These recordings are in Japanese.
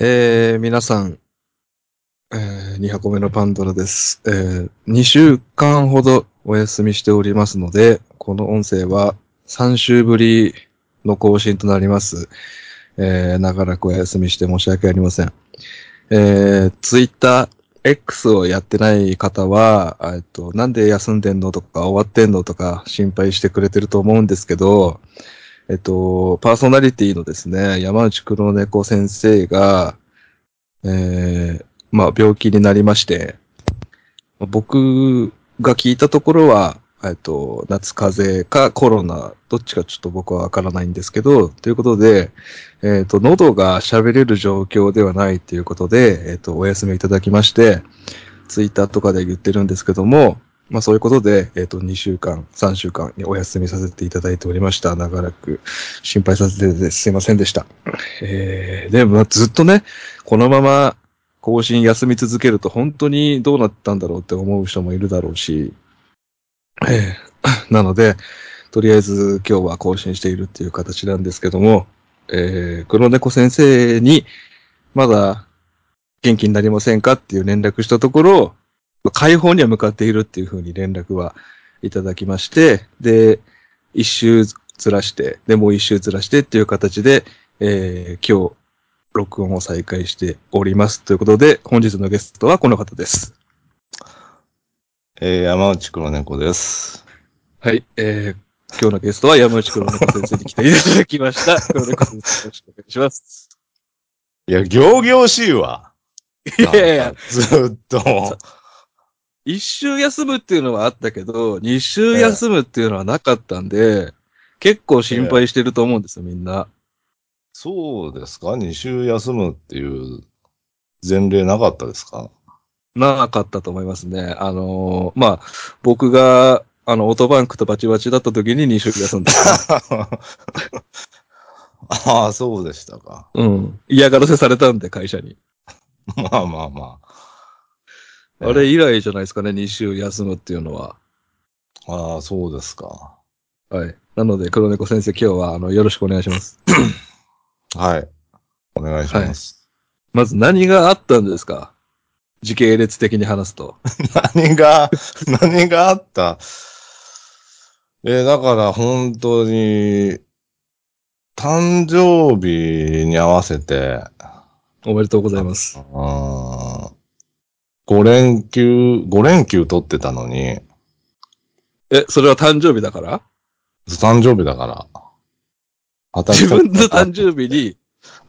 えー、皆さん、えー、2箱目のパンドラです。えー、2週間ほどお休みしておりますので、この音声は3週ぶりの更新となります。えー、長らくお休みして申し訳ありません。えー、Twitter、X をやってない方は、えっと、なんで休んでんのとか、終わってんのとか、心配してくれてると思うんですけど、えっと、パーソナリティのですね、山内黒猫先生が、えー、まあ、病気になりまして、僕が聞いたところは、えっと、夏風邪かコロナ、どっちかちょっと僕はわからないんですけど、ということで、えっと、喉が喋れる状況ではないということで、えっと、お休みいただきまして、ツイッターとかで言ってるんですけども、まあそういうことで、えっ、と、2週間、3週間にお休みさせていただいておりました。長らく心配させてすいませんでした。えー、で、まあずっとね、このまま更新休み続けると本当にどうなったんだろうって思う人もいるだろうし、えー なので、とりあえず今日は更新しているっていう形なんですけども、えー、黒猫先生に、まだ元気になりませんかっていう連絡したところ、解放には向かっているっていうふうに連絡はいただきまして、で、一周ずらして、で、もう一周ずらしてっていう形で、えー今日、録音を再開しております。ということで、本日のゲストはこの方です。えー、山内黒猫です。はい、えー、今日のゲストは山内黒猫先生に来ていただきました。 黒猫先生、よろしくお願いします。いや、行々しいわ。いやいやいや、ずっと。一周休むっていうのはあったけど、二周休むっていうのはなかったんで、結構心配してると思うんですよ、みんな。そうですか ?2 週休むっていう前例なかったですかなかったと思いますね。あのーまあ、僕が、あの、オートバンクとバチバチだった時に2週休んだ。 ああ、そうでしたか。うん。嫌がらせされたんで、会社に。まあまあまあ。あれ以来じゃないですかね、2週休むっていうのは。ああ、そうですか。はい。なので、黒猫先生、今日は、あの、よろしくお願いします。はい。お願いします。まず何があったんですか時系列的に話すと。何が、何があったえーだから本当に、誕生日に合わせて、おめでとうございます。あ5連休、5連休取ってたのに、え、それは誕生日だから誕生日だから。私自分の誕生日に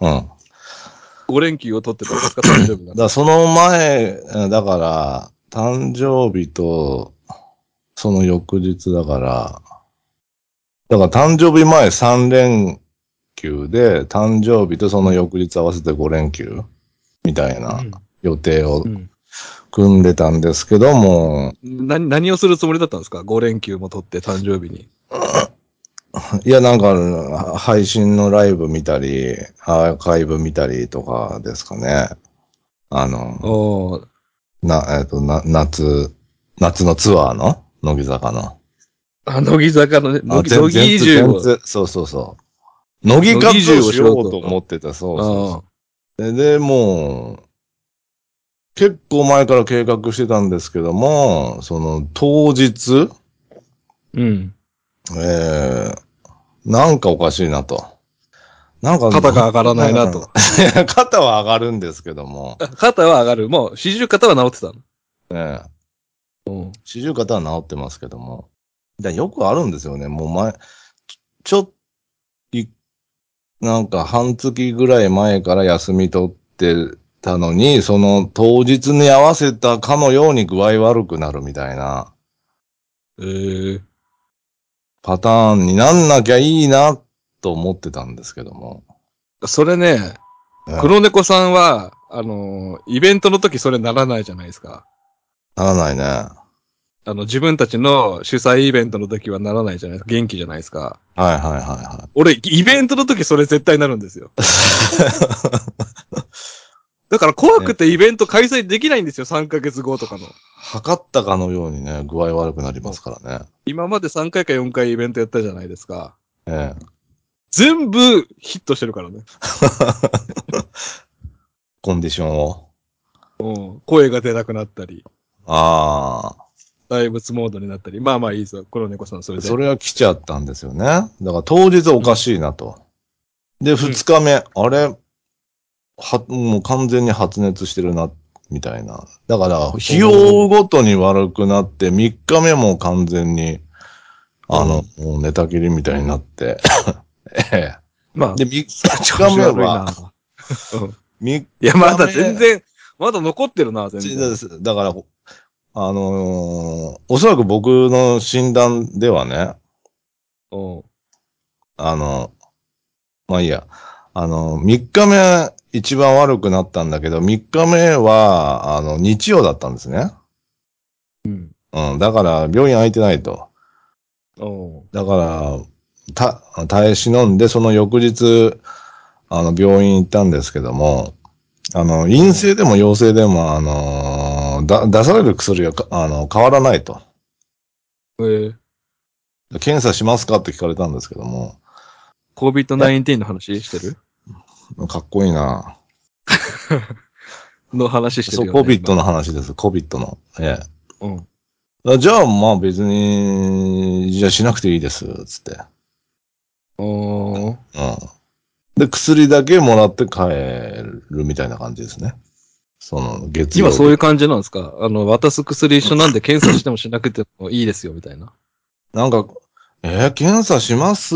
うん。 5連休を取ってたんですか誕生日だ だからその前、だから、誕生日と、その翌日だから、だから誕生日前3連休で、誕生日とその翌日合わせて5連休みたいな予定をうん組んでたんですけども、何何をするつもりだったんですか ?5 連休も取って誕生日に。いや、なんか、配信のライブ見たり、アーカイブ見たりとかですかね。あの、おーな、えっ、と、な、夏、夏のツアーの乃木坂の。あ、乃木坂のね、あ乃木乃木移住全を。然そうそうそう。乃木活動しようと思ってた、そうそうそうで。で、もう、結構前から計画してたんですけども、その、当日、うんうん。えー、なんかおかしいなと。なんか、肩が上がらないなと。いや肩は上がるんですけども、肩は上がる。もう、四十肩は治ってたの。ね、うん。四十肩は治ってますけども、だよくあるんですよね。もう前、ちょ、ちょい、なんか半月ぐらい前から休み取ってたのに、その当日に合わせたかのように具合悪くなるみたいなえー、パターンになんなきゃいいなと思ってたんですけども。それね、うん黒猫さんは、あのーイベントの時それならないじゃないですか。ならないね。あの、自分たちの主催イベントの時はならないじゃないですか。元気じゃないですか。はいはいはいはい。俺、イベントの時それ絶対なるんです よ。だから怖くてイベント開催できないんですよ。3ヶ月後とかの。測ったかのようにね、具合悪くなりますからね。今まで3回か4回イベントやったじゃないですか。ええ全部ヒットしてるからね。コンディションを。うん声が出なくなったり、ああ。大仏モードになったり、まあまあいいぞ、黒猫さんそれで。それが来ちゃったんですよね。だから当日おかしいなと。で、二日目、あれ、は、もう完全に発熱してるな、みたいな。だから、日を追うごとに悪くなって、三日目も完全に、あの、もう寝たきりみたいになって。 えまえあ、で、三日目は、は。三いや、まだ全然、まだ残ってるな、全ち然。だから、あのーおそらく僕の診断ではね、うんあの、まあいいや。あの、3日目一番悪くなったんだけど、3日目は、あの、日曜だったんですね。うん。うん。だから、病院空いてないと。うん。だから、た、耐え忍んで、その翌日、あの、病院行ったんですけども、あの、陰性でも陽性でも、あの、だ、出される薬がか、あの、変わらないと。えー、検査しますかって聞かれたんですけども、 COVID-19 の話してるかっこいいなの話してそう、るよ、ね。コビットの話です。コビットの。ええ。今。うん。あじゃあ、まあ別に、じゃあしなくていいです、つって。おーうん。で、薬だけもらって帰るみたいな感じですね。その、月曜今日そういう感じなんですかあの、渡す薬一緒なんで検査してもしなくてもいいですよ、みたいな。なんか、えー検査します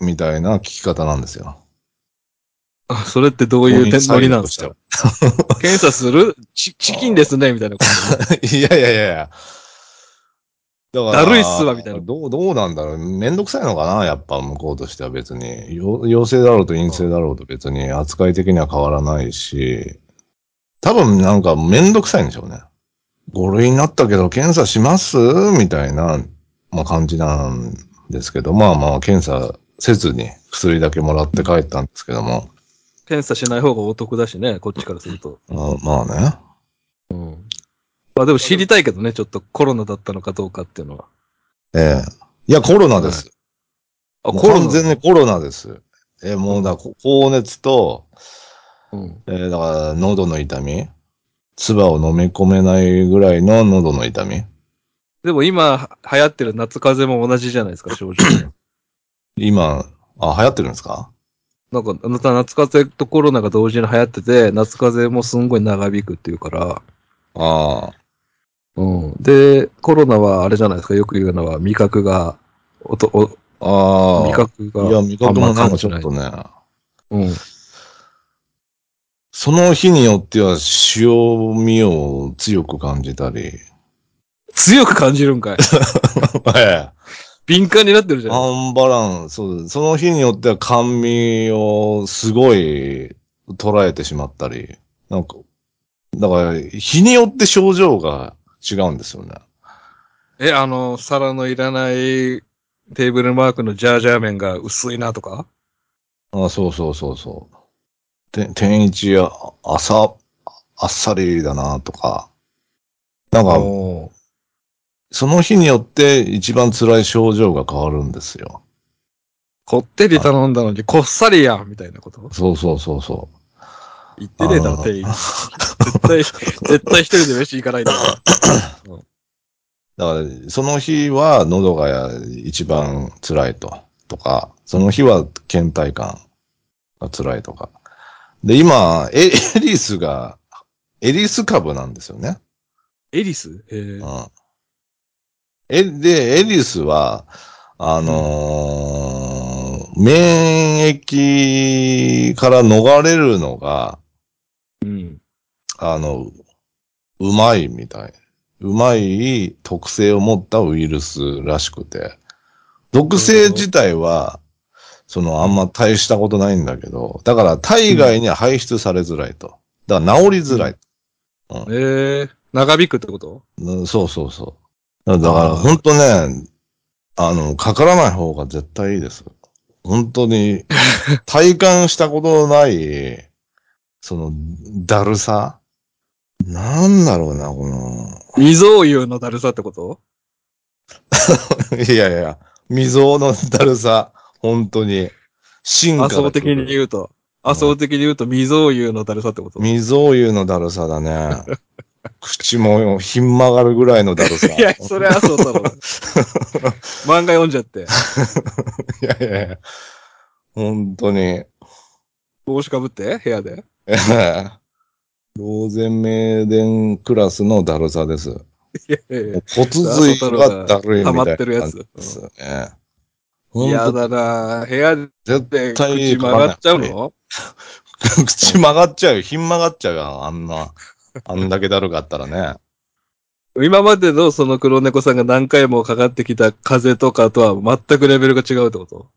みたいな聞き方なんですよ。あ、それってどういう点取りなんですか検査するチチキンですね、みたいなこと。いやいやいやいや。だだるいっすわみたいなどう、どうなんだろう。めんどくさいのかなやっぱ向こうとしては別に。よ陽性だろうと陰性だろうと別に扱い的には変わらないし、多分なんかめんどくさいんでしょうね。5類になったけど検査しますみたいな、まあ、感じなんですけど、まあまあ検査せずに薬だけもらって帰ったんですけども。検査しない方がお得だしね、こっちからすると。あまあね。うん。まあでも知りたいけどね、ちょっとコロナだったのかどうかっていうのは。ええ。いや、コロナです。あ、もうコロナ。完全にコロナです。え、もうだ、こ高熱と、うん。えーだから、喉の痛み。唾を飲み込めないぐらいの喉の痛み。でも今流行ってる夏風邪も同じじゃないですか、症状。今、あ、流行ってるんですかなんか、また夏風邪とコロナが同時に流行ってて、夏風邪もすんごい長引くっていうから、ああ。うん。で、コロナはあれじゃないですか、よく言うのは味覚が、おとおああ。味覚が、いや、味覚もなんかちょあんま感っじとね、ない。うん。その日によっては塩味を強く感じたり。 強く感じるん かい。え敏感になってるじえ。ゃん。アンバランス、そうその日によっては甘味をすごい捉えてしまったり。なんか、だから、日によって症状が違うんですよね。え、あの、皿のいらないテーブルマークのジャージャー麺が薄いなとかあ、そうそうそうそう。て、天一や、あさ、あっさりだなとか。なんか、おーその日によって一番辛い症状が変わるんですよ。こってり頼んだのにこっさりやんみたいなことそうそうそうそ言ってねえだろ、あー店員。絶対、絶対一人で飯行かないんだから。う。だから、その日は喉が一番辛いと、とか、その日は倦怠感が辛いとか。で、今、エ エリスが、エリス株なんですよね。エリスえーうん。え、で、エリスは、あのー免疫から逃れるのが、うん。あの、うまいみたい。うまい特性を持ったウイルスらしくて。毒性自体は、その、あんま大したことないんだけど、だから体外には排出されづらいと。だから治りづらい。えー、長引くってことうんそうそうそう。だから、本当ね、あの、かからない方が絶対いいです。本当に、体感したことのない、その、だるさ。なんだろうな、この、未曾有のだるさってこと いやいや、未曾有のだるさ。本当に。進化遊がび来的るに言うと。あ、そう的に言うと、未曾有のだるさってことい未曾有のだるさ だね。口もひん曲がるぐら いのだるさ。や、それはそう だろう。漫画読んじゃって、いやいやいや本当に。 帽子かぶって、部屋で。ローゼンメーデンクラスのだるさです。もいやいやいう骨髄がだるいみ溜たいまなってるやつ感じ ですね。や、嫌だ本な部屋で当絶対口曲がっちゃうの 口曲がっちゃうよ。ひん曲がっちゃうよ。あんな。あんだけだるかったらね。今までのその黒猫さんが何回もかかってきた風邪とかとは全くレベルが違うってこと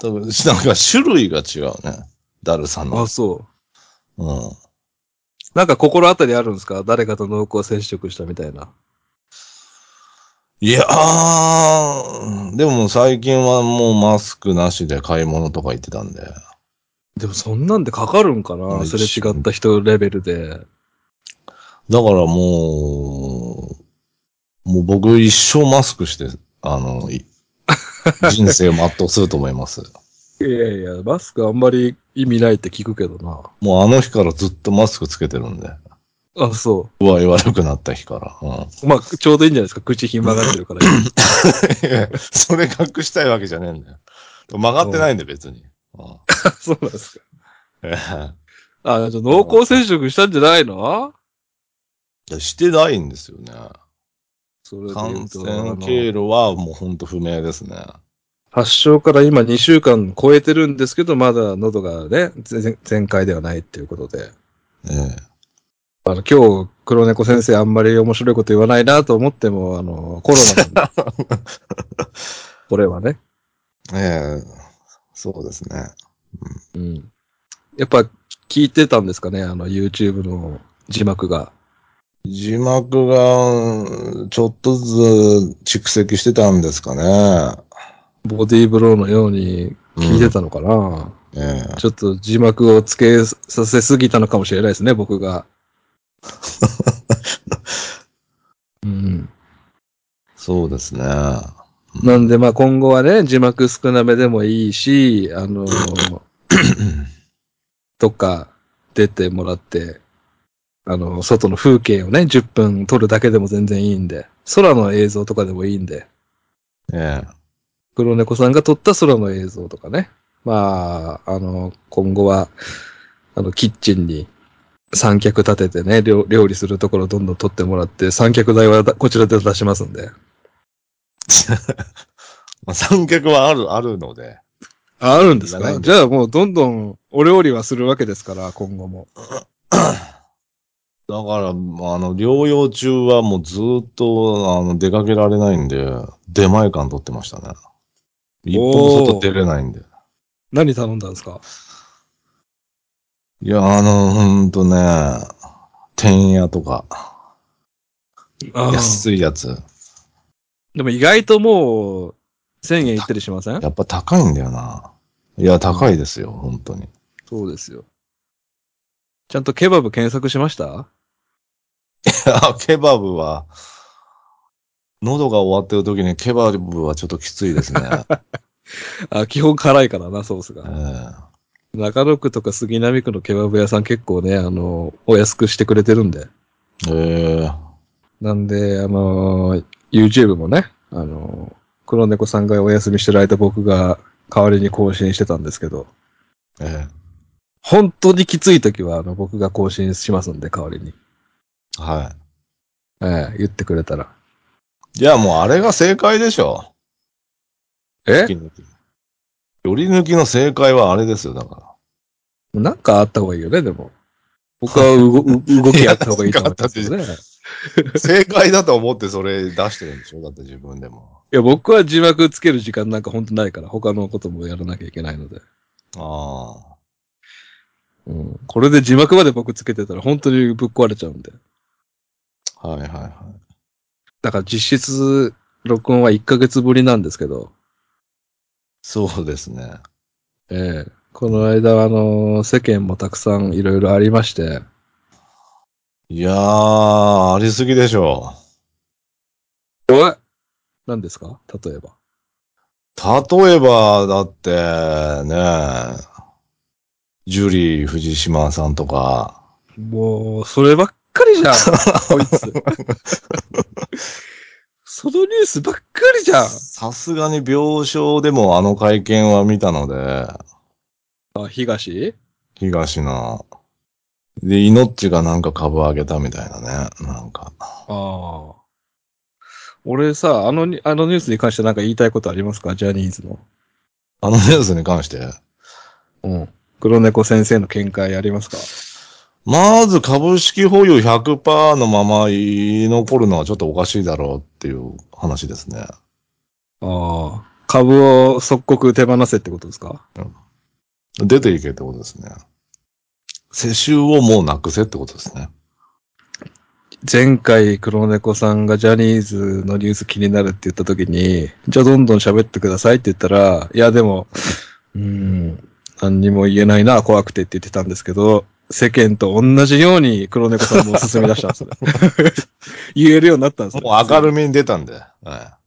全く、しなんか種類が違うね。だるさのあ、。そう。うん。なんか心当たりあるんですか誰かと濃厚接触したみたいな。いやー、でも最近はもうマスクなしで買い物とか行ってたんで。でもそんなんでかかるんかうなんすれ違った人レベルで。だからもう、もう僕一生マスクして、あの、 い人生を全うすると思います。いやいや、マスクあんまり意味ないって聞くけどな。もうあの日からずっとマスクつけてるんで。あ、そ具合悪くなった日から。うん。う。まあ、ちょうどいいんじゃないですか。口ひん曲がってるから。 いやそれ隠したいわけじゃねえんだよ。曲がってないんで別に。うん そうなんですか。ええあ、じゃあ濃厚接触したんじゃないのいやしてないんですよね。それで言感うと染経路はもうほんと不明ですね。発症から今2週間超えてるんですけど、まだ喉がね、全全開ではないっていうことで。ええあの、今日、黒猫先生あんまり面白いこと言わないなと思っても、あの、コロナなんで。これはね。ええそうですね。うん。やっぱ、聞いてたんですかね、あの、YouTube の字幕が。字幕が、ちょっとずつ蓄積してたんですかね。ボディーブローのように聞いてた。たのかな、えちょっと字幕をつけさせすぎたのかもしれないですね、僕が。うん。えそうですね。なんで、まあ今後はね、字幕少なめでもいいし、あの、とか出てもらって、あの、外の風景をね、10分撮るだけでも全然いいんで、空の映像とかでもいいんで、ええ黒猫さんが撮った空の映像とかね。まあ、あの、今後は、あの、キッチンに三脚立ててね、料料理するところどんどん撮ってもらって、三脚代はだこちらで出しますんで。まあ、三脚はある、あるので。あ、あるんですいらなかいんでじゃあもうどんどんお料理はするわけですから、今後も。だから、あの、療養中はもうずっと、あの、出かけられないんで、出前館取ってましたね。一歩も外出れないんで。何頼んだんですかいや、あの、ほんとね、てんやとか、あー安いやつ。でも意外ともう、1000円いったりしませんやっぱ高いんだよな。いや、高いですよ、本当に。 そうですよ。ちゃんとケバブ検索しましたケバブは、喉が終わってる時にケバブはちょっときついですね。あ、基本辛いからな、ソースええが。中野区とか杉並区のケバブ屋さん結構ね、あの、お安くしてくれてるんで。ええなんで、あの、YouTube もね、あの、黒猫さんがお休みしてる間僕が代わりに更新してたんですけど、え本当にきつい時は、あの、僕が更新しますんで、代わりに。えはええ、言ってくれたら。い。いや、もうあれが正解でしょ。え引き抜きより抜きの正解はあれですよ、だかなんかあった方がいいよね、でも。僕はうご う動きあった方がいいと思いますけどね。ら。正解だと思ってそれ出してるんでしょだって自分でも。いや、僕は字幕つける時間なんかほんとないから、他のこともやらなきゃいけないので。ああ。うん。これで字幕まで僕つけてたら本当にぶっ壊れちゃうんで。はいはいはだから実質、録音は1ヶ月ぶりなんですけど、い。そうですね。ええこの間は、あのー世間もたくさんいろいろありまして、いやー、ありすぎでしょ。おい何ですか例えば。例えば、だって、ね、ジュリー藤島さんとか、もう、そればっかりじゃん。 こいつ。そのニュースばっかりじゃん。さすがに病床でもあの会見は見たので、あ、東東な。で、命がなんか株上げたみたいなね。なんか。ああ。俺さ、あのに、あのニュースに関してなんか言いたいことありますかジャニーズの。あのニュースに関して。うん。黒猫先生の見解ありますかまず株式保有100%のまま居残るのはちょっとおかしいだろうっていう話ですね。ああ。株を即刻手放せってことですか出ていけってことですね。世襲をもうなくせってことですね。前回黒猫さんがジャニーズのニュース気になるって言った時に、じゃあどんどん喋ってくださいって言ったら、いやでも、うーん、何にも言えないな、怖くてって言ってたんですけど、世間と同じように黒猫さんも進み出したんですね。 言えるようになったんですねもう明るみに出たんで。は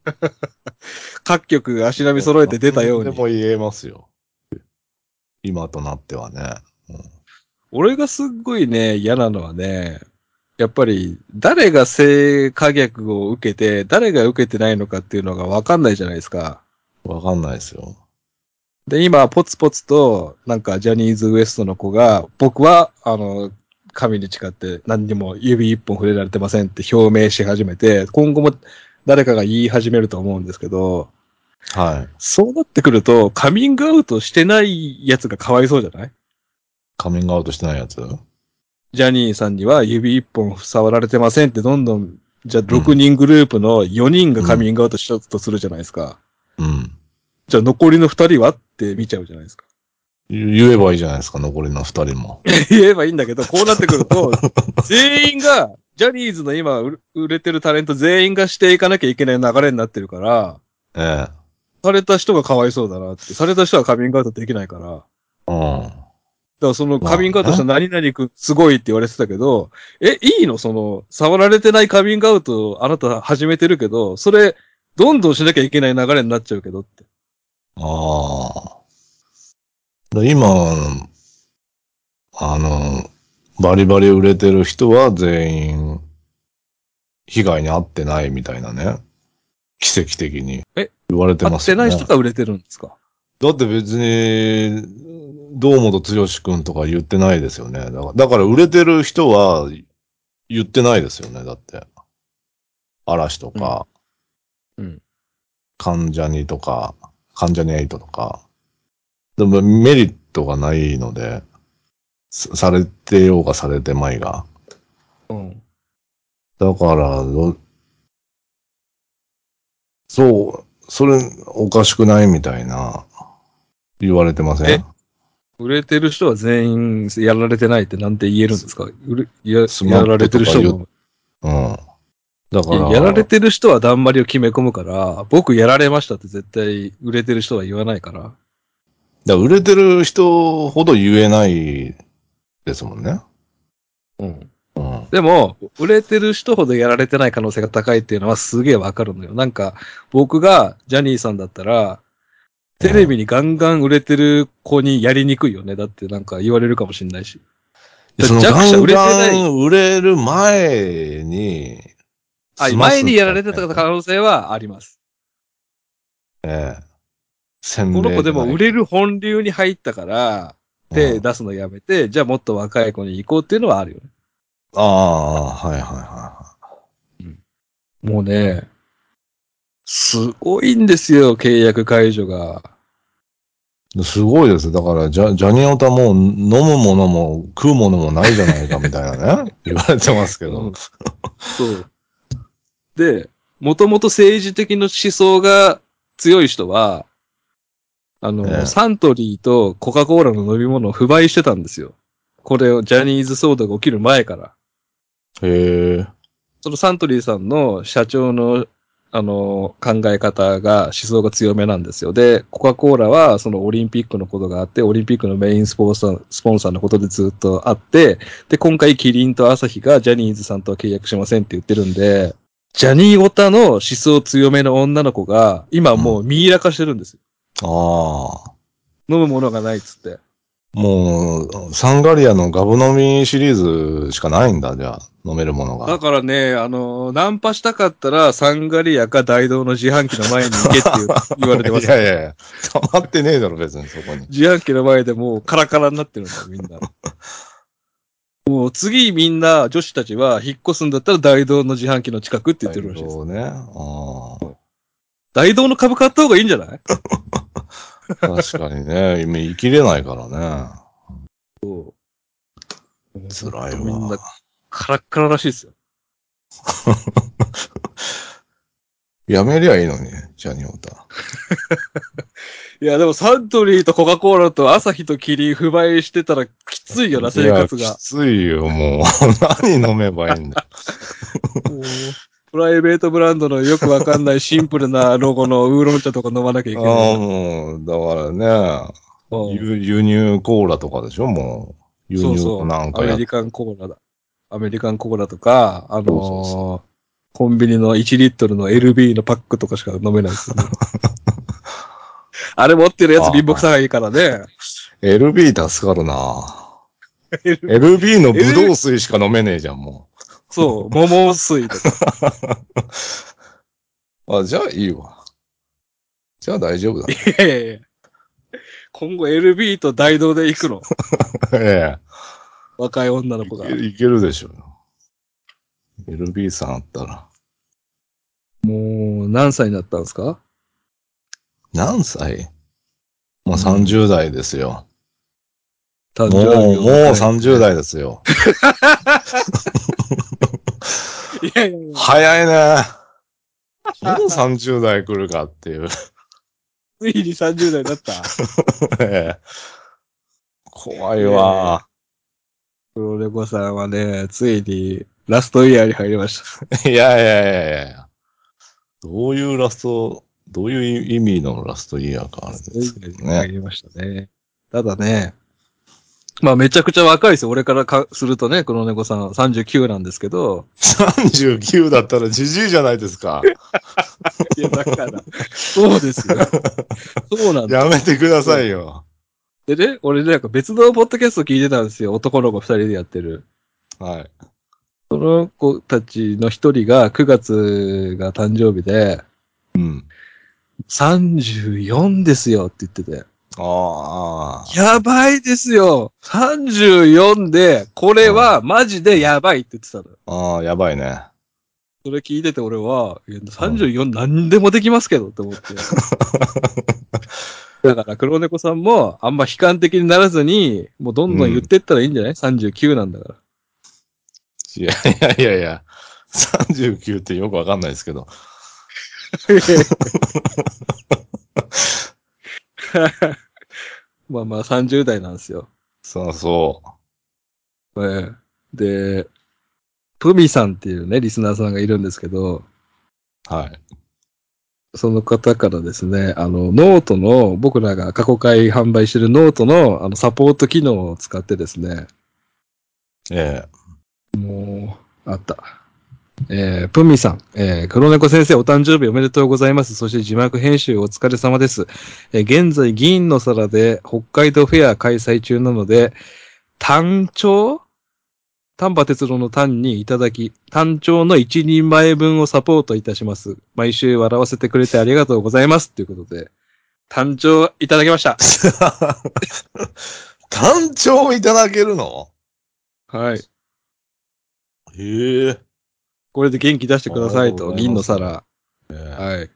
各局足並い。み揃えて出たようでに。も言えますよ。今となってはね。俺がすっごいね、嫌なのはね、やっぱり誰が性加虐を受けて、誰が受けてないのかっていうのがわかんないじゃないですか。わかんないですよ。で、今、ポツポツと、なんか、ジャニーズ WEST の子が、僕は、あの、神に誓って何にも指一本触れられてませんって表明し始めて、今後も誰かが言い始めると思うんですけど、はい。そうなってくると、カミングアウトしてないやつがかわいそうじゃないカミングアウトしてないやつジャニーさんには指一本触られてませんってどんどん、じゃあ6人グループの4人がカミングアウトしたとするじゃないですか。うん。じゃあ残りの2人はって見ちゃうじゃないですか。言えばいいじゃないですか、残りの二人も。言えばいいんだけど、こうなってくると、全員が、ジャニーズの今売売れてるタレント全員がしていかなきゃいけない流れになってるから、ええ。された人がかわいそうだなって、された人はカミングアウトできないから、だかうん。らそのカミングアウトした何々くんすごいって言われてたけど、え、いいのその、触られてないカミングアウトをあなた始めてるけど、それ、どんどんしなきゃいけない流れになっちゃうけどって。ああ。で今、あの、バリバリ売れてる人は全員、被害に遭ってないみたいなね。奇跡的に。え言われて合まっすてよなね。い人が売れてるんですかだって別に、堂本剛くんとか言ってないですよね。だからだから売れてる人は言ってないですよね。だって。嵐とか、うんうん関ジャニとか、関ジャニエイトとか。でもメリットがないので、さされてようがされてまいが。うん。だから、どそう、それおかしくないみたいな、言われてませんえ売れてる人は全員やられてないってなんて言えるんですか売れやスマやらップれてとるか人言うも。うん。だかいやら、やられてる人はだんまりを決め込むから、僕やられましたって絶対売れてる人は言わないから。だから売れてる人ほど言えないですもんね。うん。うん。でも、売れてる人ほどやられてない可能性が高いっていうのはすげえわかるのよ。なんか、僕がジャニーさんだったら、テレビにガンガン売れてる子にやりにくいよね。だってなんか言われるかもしれないし。でその弱ガ者ン売れてなガいン売れる前に、あ済ます前にやられてた可能性はあります。ええ。洗礼この子でも売れれる本流に入ったから、手出すのやめて、じゃあもっと若い子に行こうっていうのはあるよね。ああ、はいはいはいはもうね、すごいんですよ、契約解除が。い。ですごいです。だから、ジャジャニオタもう飲むものも食うものもないじゃないかみたい なね、言われてますけうどん。そう。で、もともと政治的な思想が強い人は、あの、ええサントリーとコカ・コーラの飲み物を不買してたんですよ。これをジャニーズ騒動が起きる前から。へえ。そのサントリーさんの社長の、あの、考え方が、思想が強めなんですよ。で、コカ・コーラは、そのオリンピックのことがあって、オリンピックのメインスポンサー、スポンサーのことでずっとあって、で、今回、キリンとアサヒがジャニーズさんとは契約しませんって言ってるんで、ジャニーオタの思想強めの女の子が、今もうミイラ化してるんですよ。ああ。飲むものがないっつって。もう、サンガリアのガブ飲みシリーズしかないんだ、じゃあ、飲めるものだが。からね、あの、ナンパしたかったら、サンガリアか大道の自販機の前に行けっていう言われてま いす。やいやいや、溜まってねえだろ、別にそこに。自販機の前でもうカラカラになってるんだよ、みんな。もう次みんな、女子たちは引っ越すんだったら大道の自販機の近く って言ってるらしいです。そうね。あ大道の株買った方がいいんじゃないあ確かにね、今生きれないからね。辛いわ。みんなカラッカラらしいですよ。やめりゃいいのに、ジャニオタ。いや、でもサントリーとコカ・コーラとアサヒとキリン不買してたらきついよな、生活いやがき。ついよ、もう。 何飲めばいいん だ。もうプライベートブランドのよくわかんないシンプルなロゴのウーロン茶とか飲まなきゃいあけあ、ない。もう、だからね、うん輸輸入コーラとかでしょ、もう。輸そう入そう。なんかアやメっリカンコーラだ。アメリカンコーラとか、あのーそうそうコンビニの1リットルの LB のパックとかしか飲めないですよ ね。あれ持ってるやつ貧乏くさがいいからね。 LB 助かるな LB LB のブドウ水しか飲めねえじゃん、も そう、桃水とか。う。あ、じゃあいいわ。じゃあ大丈夫だ。いやいやいや今後 LB と大道で行くの。え若い女のえ子 が。いけるでしょ。LB さんあったら。もう、何歳になったんですか何歳もううん30代ですよ。誕もう、もう三30。代ですよ。いやいやいや、早い ね。もう30代来るかっていう。 ついに30代になった。ええ怖いわ。黒レコさんはね、ついにラストイヤーに入りました。いやいやいやいやどういうラスト、どういう意味のラストイヤーかあるんですけど入ね。りましたね。ただね、まあめちゃくちゃ若いですよ。俺からかするとね、この猫さん39なんですけど。 39だったらじじいじゃないです か。いや、だから、そうです よ。そうなんだ。やめてくださいよ。でね、俺ね、なんか別のポッドキャスト聞いてたんですよ。男の子二人でやってる。はい。その子たちの一人が9月が誕生日で、うん。 34ですよって言ってて。ああ。やばいですよ !34 で、これはマジでやばいって言ってたの。ああ、やばいね。それ聞いてて俺は、いや34何でもできますけどって思って。だから黒猫さんもあんま悲観的にならずに、もうどんどん言ってったらいいんじゃない、?39 なんだから。いやいやいやいや。39ってよくわかんないですけど。まあまあ30代なんですよ。そうそう。ええで、プミさんっていうね、リスナーさんがいるんですけど、はい。その方からですね、あの、ノートの、僕らが過去回販売してるノートの、あの、サポート機能を使ってですね、 ええもう、あった。えー、プミさん、えー、黒猫先生お誕生日おめでとうございます。そして字幕編集お疲れ様です。えー現在議員の皿で北海道フェア開催中なので、単調丹波哲郎の単にいただき、単調の一人前分をサポートいたします。毎週笑わせてくれてありがとうございます。ということで、単調いただきました。単調いただけるのはい。ええこれで元気出してくださいあと、りがとう銀ごのざいま皿。すええありがはい。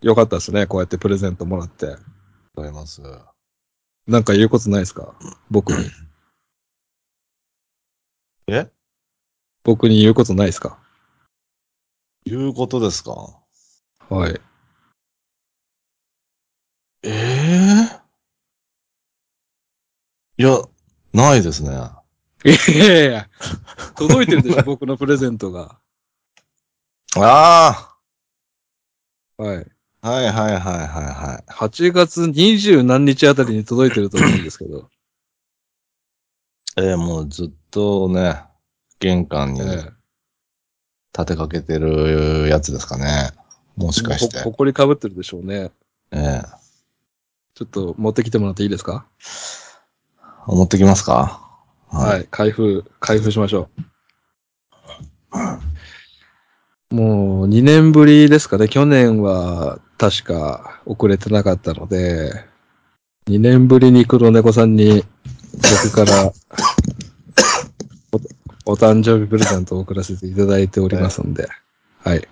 よかったですね。こうやってプレゼントもらって。とうございます。なんか言うことないですか僕に。え僕に言うことないですかいうことですかはい。ええいや、ないですね。いやいやいや届いてるでしょ僕のプレゼントが。あはい。あはいはいはいはいはい。 8月20何日あたりに届いてると思うんですけど。ええもうずっとね、玄関にえ立てかけてるやつですかね。もしかしえてほ。ほこりかぶってるでしょうね。ええちょっと持ってきてもらっていいですか持ってきますか。はいい。開封、開封しましょう。もう2年ぶりですかね。去年は確か遅れてなかったので、2年ぶりに黒猫さんに僕からお お誕生日プレゼントを送らせていただいておりますんで。 はい。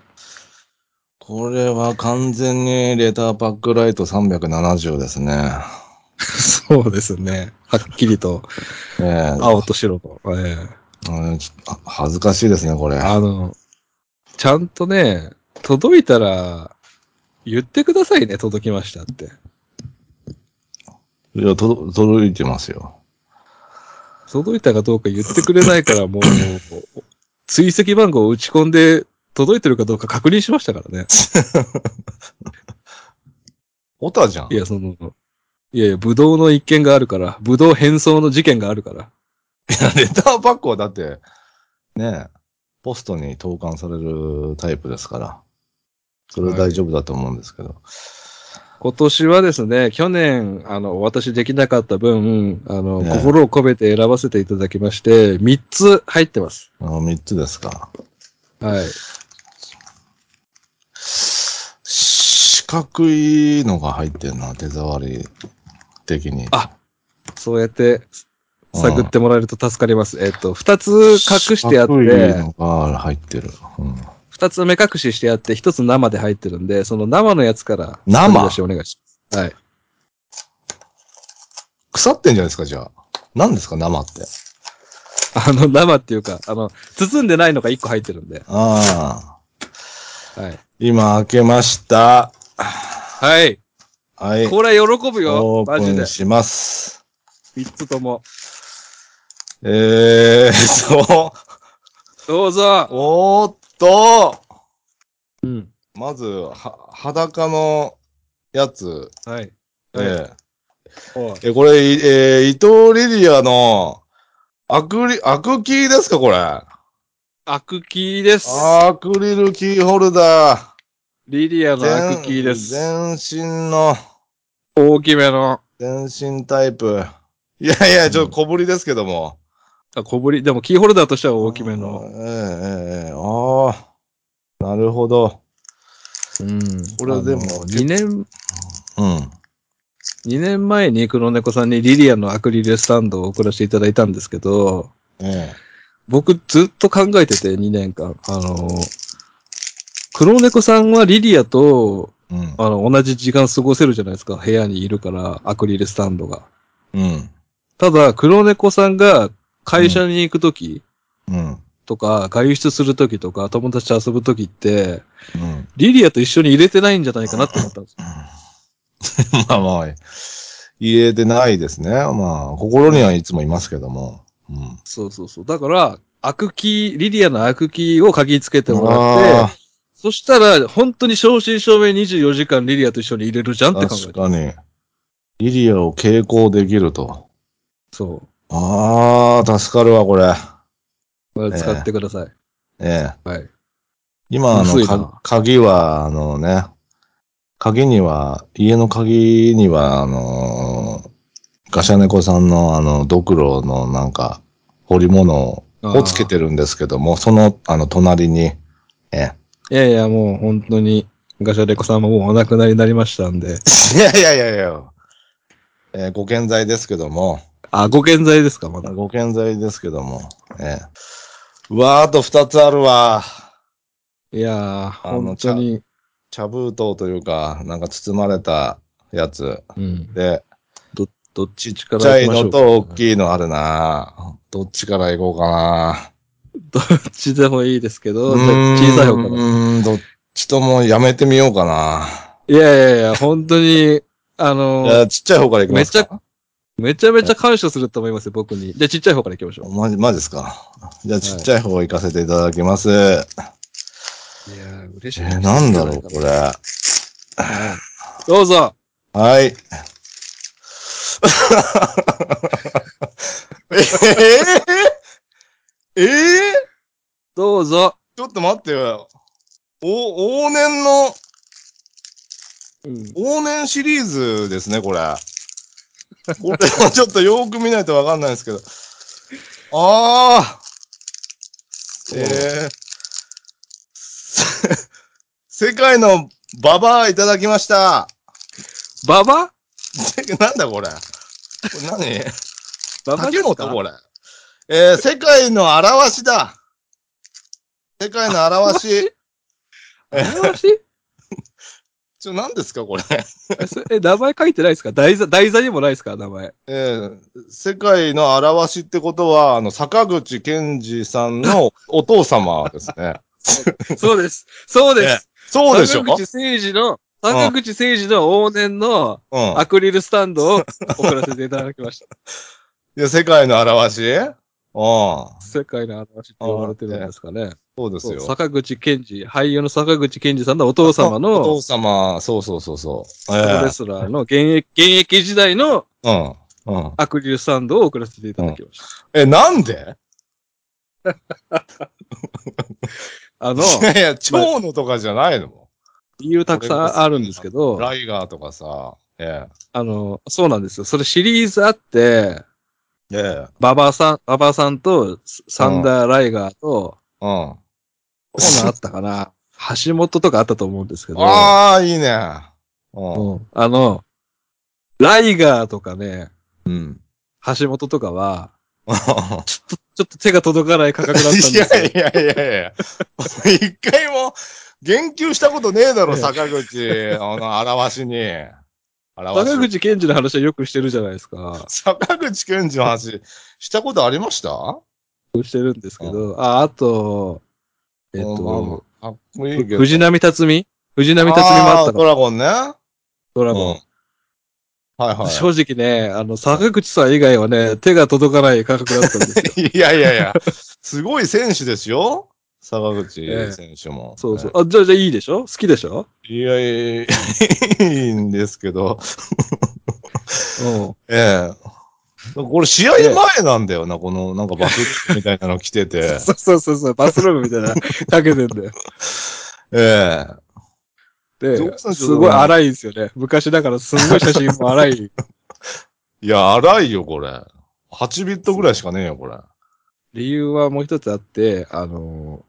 これは完全にレターパックライト370ですね。そうですね。はっきりとええ青と白と。ええうんちょっと恥ずかしいですね、これ。あの、ちゃんとね、届いたら、言ってくださいね、届きましたって。いや、と届いてますよ。届いたかどうか言ってくれないから、もう、追跡番号を打ち込んで、届いてるかどうか確認しましたからね。オタじゃんい。や、その、いやいや、ブドウの一件があるから、ブドウ変装の事件があるから。レターパックはだって、ねえ、ポストに投函されるタイプですから、それは大丈夫だと思うんですけど。今年はですね、去年、あの、お渡しできなかった分、あの、ね心を込めて選ばせていただきまして、3つ入ってます。あの3つですか。はい。四角いのが入ってるな、手触り的に。あそうやって探ってもらえると助かります。えっと、二つ隠してあっ四角いて、のが入ってる。うん二つ目隠ししてあって、一つ生で入ってるんで、その生のやつから、生取り出しお願いします。はい。腐ってんじゃないですか、じゃあ。何ですか、生って。あの、生っていうか、あの、包んでないのが一個入ってるんで。ああ。はい。今開けました。はい。はい。これ喜ぶよオ。マジープでン。します。三つとも。えー、そう。どうぞ。おーっと、うん。まず、は、裸のやつ。はい。えはいーおいえ、これ、いえー伊藤リリアの、アクリ、アクキーですか、これ。アクキーです。アクリルキーホルダリリアー。のアクキーです。全全身の、大きめの。全身タイプ。いやいや、ちょっと小ぶりですけども。あ、小ぶり。でもキーホルダーとしては大きめの。えーえーえーああ、なるほど。うん。これでもあの二年うん。 2年前に黒猫さんにリリアのアクリルスタンドを送らせていただいたんですけど、ええ僕ずっと考えてて2年間。あの、黒猫さんはリリアと、うん。あの、同じ時間過ごせるじゃないですか。部屋にいるから、アクリルスタンドが。うん。ただ、黒猫さんが会社に行くときうん。とか、外出するときとか、友達と遊ぶときって、うん。リリアと一緒に入れてないんじゃないかなって思ったんですよ。まあまあ、言えてないですね。まあ、心にはいつもいますけども。うん。そうそうそう。だから、アクキー、リリアのアクキーを鍵つけてもらって、そしたら、本当に正真正銘24時間リリアと一緒に入れるじゃんってあ考ーえ確た。かに。リリアを傾向できると。そああ、助かるわ、これ。う。これ使ってください。ええ。はい。今、むあの、ずいなか鍵は、あのね、鍵には、家の鍵には、あのーガシャネコさんの、あの、ドクロの、なんか、彫り物をつけてるんですけども、その、あの、隣に、ええ、いやいや、もう本当に、ガシャレコさんももうお亡くなりになりましたんで。 いやいやいやいや。えーご健在ですけども、あ、ご健在ですか、まだ。ご健在ですけども、えーうわー、あと二つあるわ。いやー、あの本当に。茶封筒というか、なんか包まれたやつ。うん。で、どっちちっかちゃらい行きましょのうかと大きいのあるなどっちから行こうかなどっちでもいいですけど、うじゃあーん小さい方かうら。ーん、どっちともやめてみようかないやいやいや、本当に、あいやの、ちっちゃい方から行きますかめっちめちゃめちゃ感謝すると思いますよ、僕に。じゃあちっちゃい方から行きましょマジ、マジですかじゃあちっちゃい方行かせていただきます。う。いやー、嬉しえーなんだろう、これ。どうぞはい。 ええええどうぞちょっと待ってよ。お、往年の、うん往年シリーズですね、これ。これはちょっとよーく見ないとわかんないですけど。ああえー、世界のババアいただきました。 ババなんだこれ。これ何ババ竹です本かこれ。えー、世界の表しだ。世界の表し。表しちょ、何ですかこれ。えそえ、名前書いてないですか台座、台座にもないですか名前。えー、世界の表しってことは、あの、坂口健二さんの お父様ですね。そうです。そうでええす。そうでしょ坂口誠二の、坂口誠二の往年のうん。アクリルスタンドを 送らせていただきました。いや、世界の表しうん。そ世界の話って呼ばれてるんですかね。うですそうよ。坂口健二、俳優の坂口健二さんのお父様おの、父様、そうそうそうそう。ええプロレスラーの現役、現役時代のうん。うん。アクリルスタンドを送らせていただきました。え、なんであの、いやいや、蝶野とかじゃないの理由たくさんあるんですけ ど、ライガーとかさ。えあの、そうなんですよ。それシリーズあって、え。ええ。ババアさん、ババアさんと、サンダー・ライガーと、うん。こんなんあったかな橋本とかあったと思うんですけど、ああ、いいね。ううんあの、ライガーとかね、ん。 うん。橋本とかは、ちょっと手が届かない価格だったんでいすよ。やいやいやいや。一回も言及したことねえだろ、いや坂口。あの、表しに。表坂し。口健二の話はよくしてるじゃないですか。坂口健二の話、したことありましたしてるんですけど、あ、あと、えっうんと、かっこいいけど。藤波辰巳藤波辰巳もあったーかドら、ラゴンね。ドラうんゴン。はいは正直ね、あの、坂口さん以外はね、手が届かない価格だったんで すよ。い。いやいやいや、すごい選手ですよ。坂口選手も。そうそう。あ、じゃあ、じゃあいいでしょ好きでしょいやいやいや、いいんですけど。うん。ええ。これ試合前なんだよな、このなんかバスみたいなの着てて。そうそうそうそう、バスローブみたい な、かけてんだよ。ええ。どうで、したんですしょうごい荒いんですよね。昔だからすごい写真も荒い。いや、荒いよ、これ。8ビットぐらいしかねえよ、これ。理由はもう一つあって、あの、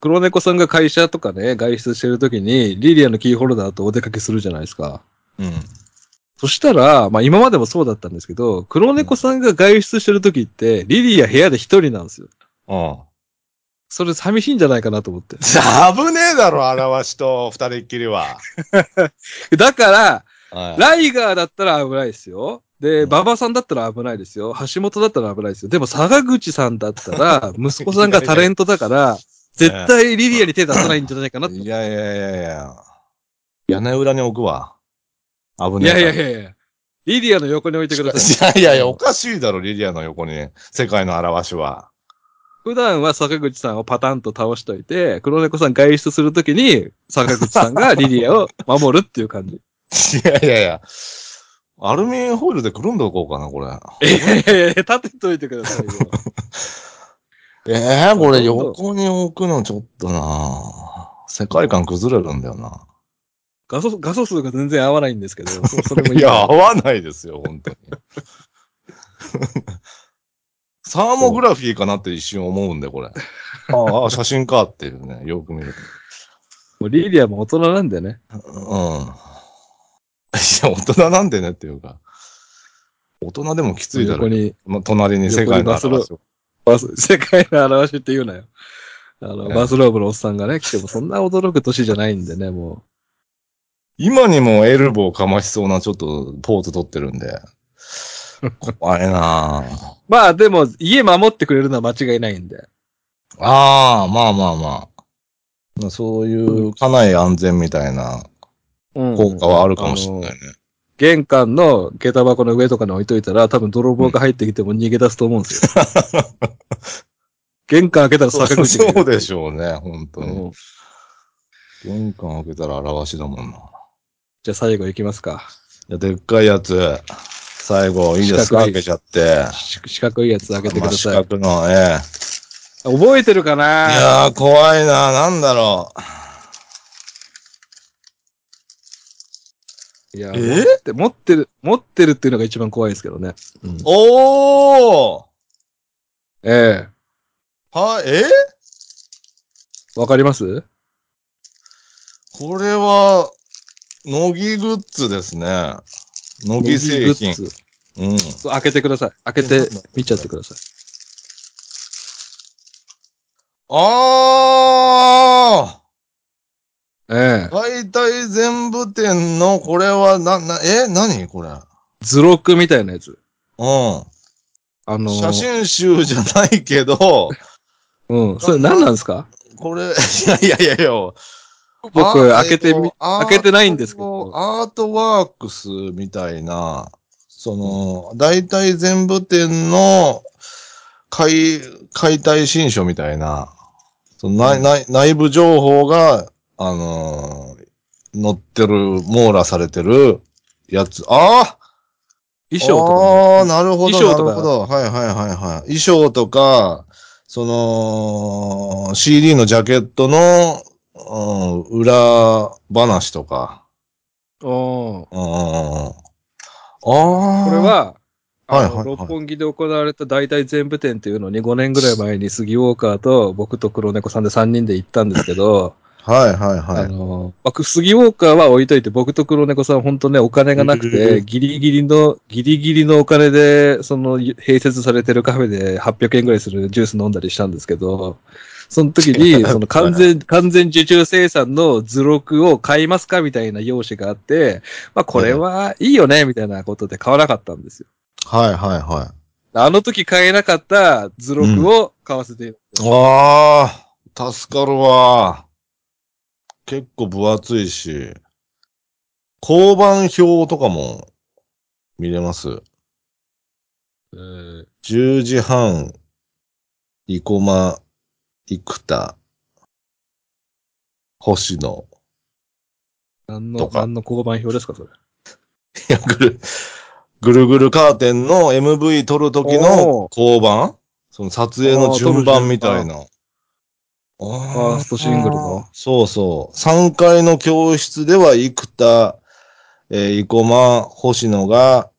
黒猫さんが会社とかね、外出してるときに、リリアのキーホルダーとお出かけするじゃないですか。うん。そしたら、まあ今までもそうだったんですけど、黒猫さんが外出してるときって、リリア部屋で一人なんですよ。うん。それ寂しいんじゃないかなと思って。危ねえだろ、表しと二人っきりは。だから、はいライガーだったら危ないですよ。で、うん馬場さんだったら危ないですよ。橋本だったら危ないですよ。でも、坂口さんだった ら、息子さんがタレントだから、絶対リリアに手出さないんじゃないかなって。いやいやいやいや。屋根裏に置くわ。危いねえやから。いやいやいや。リリアの横に置いてください。いやいやいや、おかしいだろ、リリアの横に。世界の表しは。普段は坂口さんをパタンと倒しといて、黒猫さん外出するときに、坂口さんがリリアを守るっていう感じ。いやいやいや。アルミホイルでくるんでおこうかな、これ。 いやいやいや、立てといてくださいよ。ええこれ横に置くのちょっとな世界観崩れるんだよな。 画素、画素数が全然合わないんですけど、そそれもいいいかなや、合わないですよ、本当 に。サーモグラフィーかなって一瞬思うんで、これ。ああ、写真かっていうね、よく見ると。もうリリアも大人なんでね。うん。いや、大人なんでねっていうか。大人でもきついだろ横。にま隣に世界の横にバ話スバス、世界の表しって言うなよ。あの、ねバスローブのおっさんがね、来てもそんな驚く年じゃないんでね、も今にもエルボーかましそうなちょっとポーズ取ってるん で。怖いなぁう。まあでも、家守ってくれるのは間違いないんで。ああ、まあまあまあ。そういう家内安全みたいなうん効果はあるかもしれないね。玄関の下駄箱の上とかに置いといたら、多分泥棒が入ってきても逃げ出すと思うんですよ。 玄関開けたら坂口がいるそうでしょうね、本当うに。ん玄関開けたら表しだもんな。じゃあ最後行きますか。いや、でっかいやつ、最後、いいですか四角い開けちゃって。し四角いやつ開けてくだ真さい四。角の、ええ。覚えてるかいなやー、怖いななんだろう。いや、え持って、持ってる、持ってるっていうのが一番怖いですけどね。うんおーえは、ええわかりますここれは、乃木グッズですね。乃木製品。グッズうん。そう開けてください。開けて、見ちゃってください。ああええ大体全部店の、これは、な、な、え何これ。うん。図録みたいなやつ。あのー写真集じゃないけど、 うん。それ何なんですかこれ、いやいやいやいや。僕、あ開けてみ、開開けてないんですけどアートワークスみたいな、その、大体全部店の解、解体新書みたいな、その内内内部情報が、あのー載ってる、網羅されてるやつ。ああ衣装とかね。ああ、なるほど、衣装なとるかほど。はいはいはいはい。衣装とか、その、CD のジャケットの、うん、裏話とか。うん。うんうんうんうん。ああ。これ、は、はいあはいはのい六本木で行われた大体全部展っていうのに5年ぐらい前に杉ウォーカーと僕と黒猫さんで3人で行ったんですけど、はいはいはあい。の、まあ杉ウォーカーは置いといて僕と黒猫さん本当ねお金がなくええてギリギリの、ギリギリのお金でその併設されてるカフェで800円ぐらいするジュース飲んだりしたんですけど、その時 にその完全、完全受注生産の図録を買いますかみたいな用紙があって、まあこれはいいよねみたいなことで買わなかったんですよ。はいはいはあの時買えなかった図録を買わせて、い。ああ、助かるわ。結構分厚いし。交番表とかも見れます。10時半、生駒、生田、星野。何との、か何の交番表ですか、それ。いや、ぐる、ぐるぐるカーテンの MV 撮るときのお交番その撮影の順番みたいな。あファーストシングルの。そうそう。3階の教室では、生田、えー、生駒、星野が、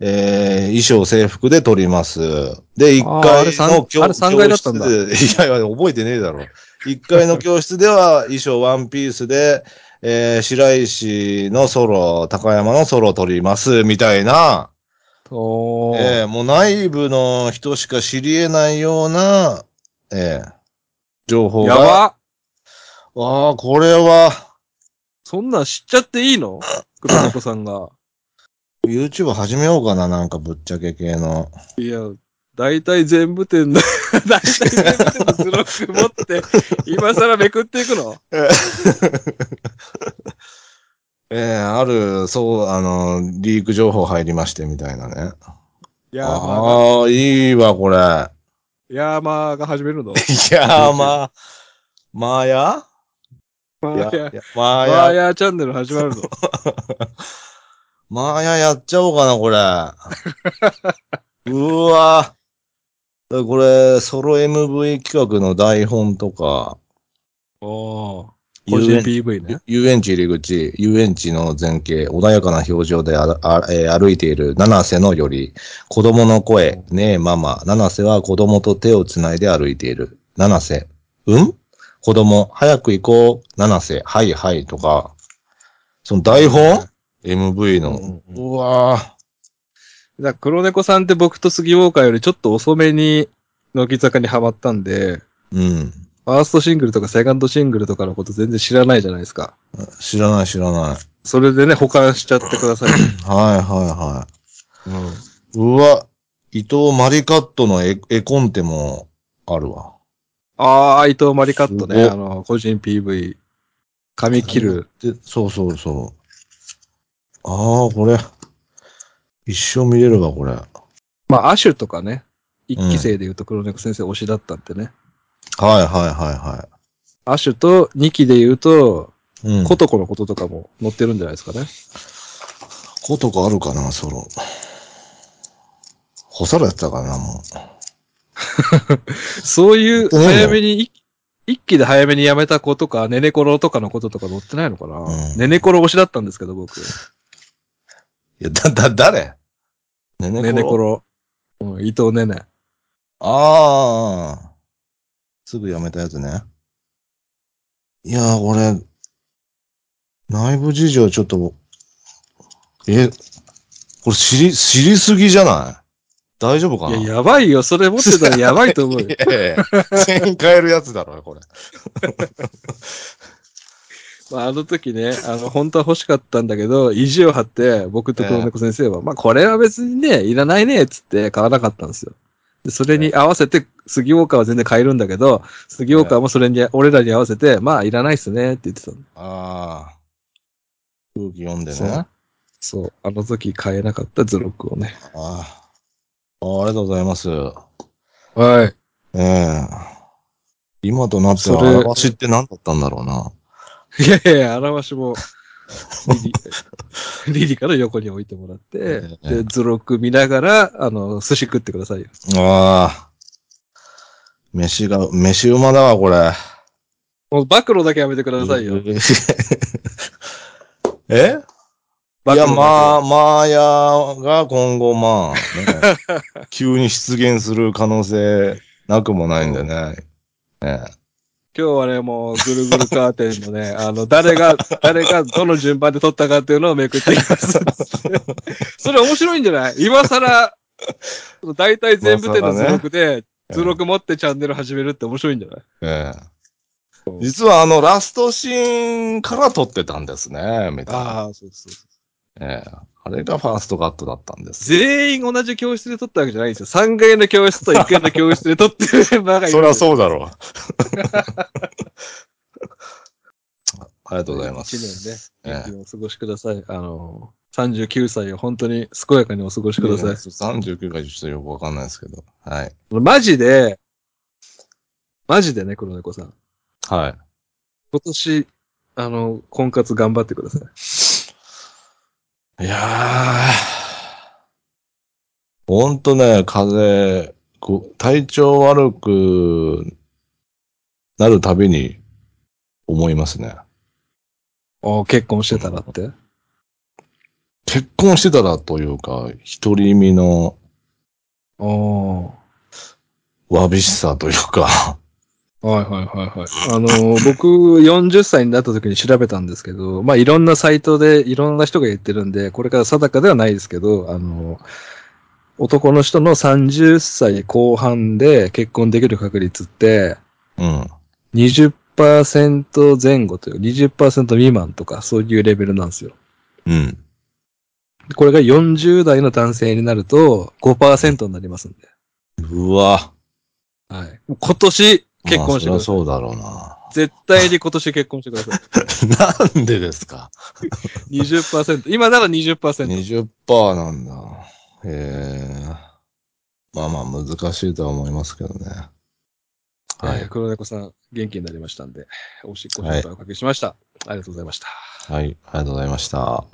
えー、衣装制服で撮ります。で、1あーあれ階三の教あれ三階だったんだ教室で、いやいや、覚えてねえだろ。1階の教室では、衣装ワンピースで、えー、白石のソロ、高山のソロを撮ります、みたいな。おーええもう内部の人しか知り得ないような、ええ情報が。やばああ、これは、そんなん知っちゃっていいの黒猫さんが。 YouTube 始めようかな、なんかぶっちゃけ系の。いや、大体全部店の、 大体全部店の図録持って、今更めくっていくのええある、そう、あの、リーク情報入りまして、みたいなね。いやーまあ、ああ、いいわ、こ れ。いヤーマーが始めるのやー、まあ、まあやマいやーヤー、まマあーや、ヤーチャンネル始まるの。まあややっちゃおうかな、 これ。うわこれ、ソロ MV 企画の台本とか、おー個遊人園 PV ね。遊園地入り口、遊園地の前景、穏やかな表情であらあ、えー歩いている七瀬のより、子供の声、ねえママ、七瀬は子供と手をつないで歩いている。七瀬、うん子供、早く行こう。七瀬、はいはい、とか、その台本 ?MV の。うわぁ。だから黒猫さんって僕と杉ウォーカーよりちょっと遅めに乃木坂にハマったんで、うん。ファーストシングルとかセカンドシングルとかのこと全然知らないじゃないですか。知らない知らない。それでね、保管しちゃってください。はいはいはい。うん、うわ、伊藤マリカットの絵絵コンテもあるわ。ああ、伊藤マリカットね、すごっあの、個人 PV、髪切る。で、そうそうそう。ああ、これ。一生見れるわ、これ。はいまあ、アシュとかね、一期生で言うと黒猫先生推しだったってね。はいはいはアシュと二期で言うと、い。うん。コこ、トコのこととかも載ってるんじゃないですかね。ことかあるかな、ソロ。干されてたかな、もそういう、本当なの早めに一一気で早めに辞めた子とか、ネネコロとかのこととか載ってないのかな、うんネネコロ推しだったんですけど、僕。いや、だ、だ、誰ねねころ。ネネコロ。うん、伊藤ネネ。ああ。すぐやめたやつね。いやー、俺、内部事情ちょっと、え、これ知り、知りすぎじゃない大丈夫かいなや、やばいよ。それ持ってたらやばいと思うよ。いやいや全変えるやつだろ、これ。まあ、あの時ね、あの、本当は欲しかったんだけど、意地を張って、僕と黒猫先生は、まあ、これは別にね、いらないね、つって買わなかったんですよ。で、それに合わせて、杉岡は全然買えるんだけど、杉岡もそれに、俺らに合わせて、まあ、いらないっすね、って言ってたのああ。空気読んでね。そうあそう。あの時買えなかった図録をね。あああ。ありがとうございます。はい。ええ今となっては、それ表しって何だったんだろうな。いやいや、表し も、リリ、リリから横に置いてもらって、で、図録見ながら、あの、寿司食ってくださいよ。ああ。飯が、飯馬だわ、これ。もう暴露だけやめてくださいよ。 え暴い露だや、けまあ、まあやが今後、まあ、 ね急に出現する可能性なくもないんでね。ね今日はね、もう、ぐるぐるカーテンのね、 あの、誰が、誰がどの順番で撮ったかっていうのをめくっていきます。 それ面白いんじゃない今更、大体全部手の図録で、図録持ってチャンネル始めるって面白いんじゃないええ実はあの、ラストシーンから撮ってたんですね、みたいな。あ、そうそうええあれがファーストカットだったんです。全員同じ教室で撮ったわけじゃないんですよ。3階の教室と1階の教室で撮ってるメンバーがいる。そりゃそうだろう。 ありがとうございます。一ええ年ね、元気にお過ごしください。あの、39歳を本当に健やかにお過ごしください。 39回ちょっとよくわかんないですけど。はい。マジで、マジでね、黒猫さん。はい。今年、あの、婚活頑張ってください。いやー。ほんとね、風邪、こう体調悪くなるたびに思いますね。お結婚してたらって。結婚してたらというか、独り身のおわびしさというか、はいはいはいはい。あの、僕、40歳になった時に調べたんですけど、まあ、いろんなサイトでいろんな人が言ってるんで、これから定かではないですけど、あの、男の人の30歳後半で結婚できる確率って、 うん。 20%前後という、20%未満とか、そういうレベルなんですよ。うん。これが40代の男性になると5%になりますんで。うわ。はい。今年結婚してくまださい。あそりゃそうだろうな。絶対に今年結婚してください。 なんでですか20%。今なら20%。 20%なんだ。へえ。まあまあ難しいとは思いますけどね。ははいい。。黒猫さん、元気になりましたんで、おしっこ心配おかけしました。ありがとうございました。はい。ありがとうございました。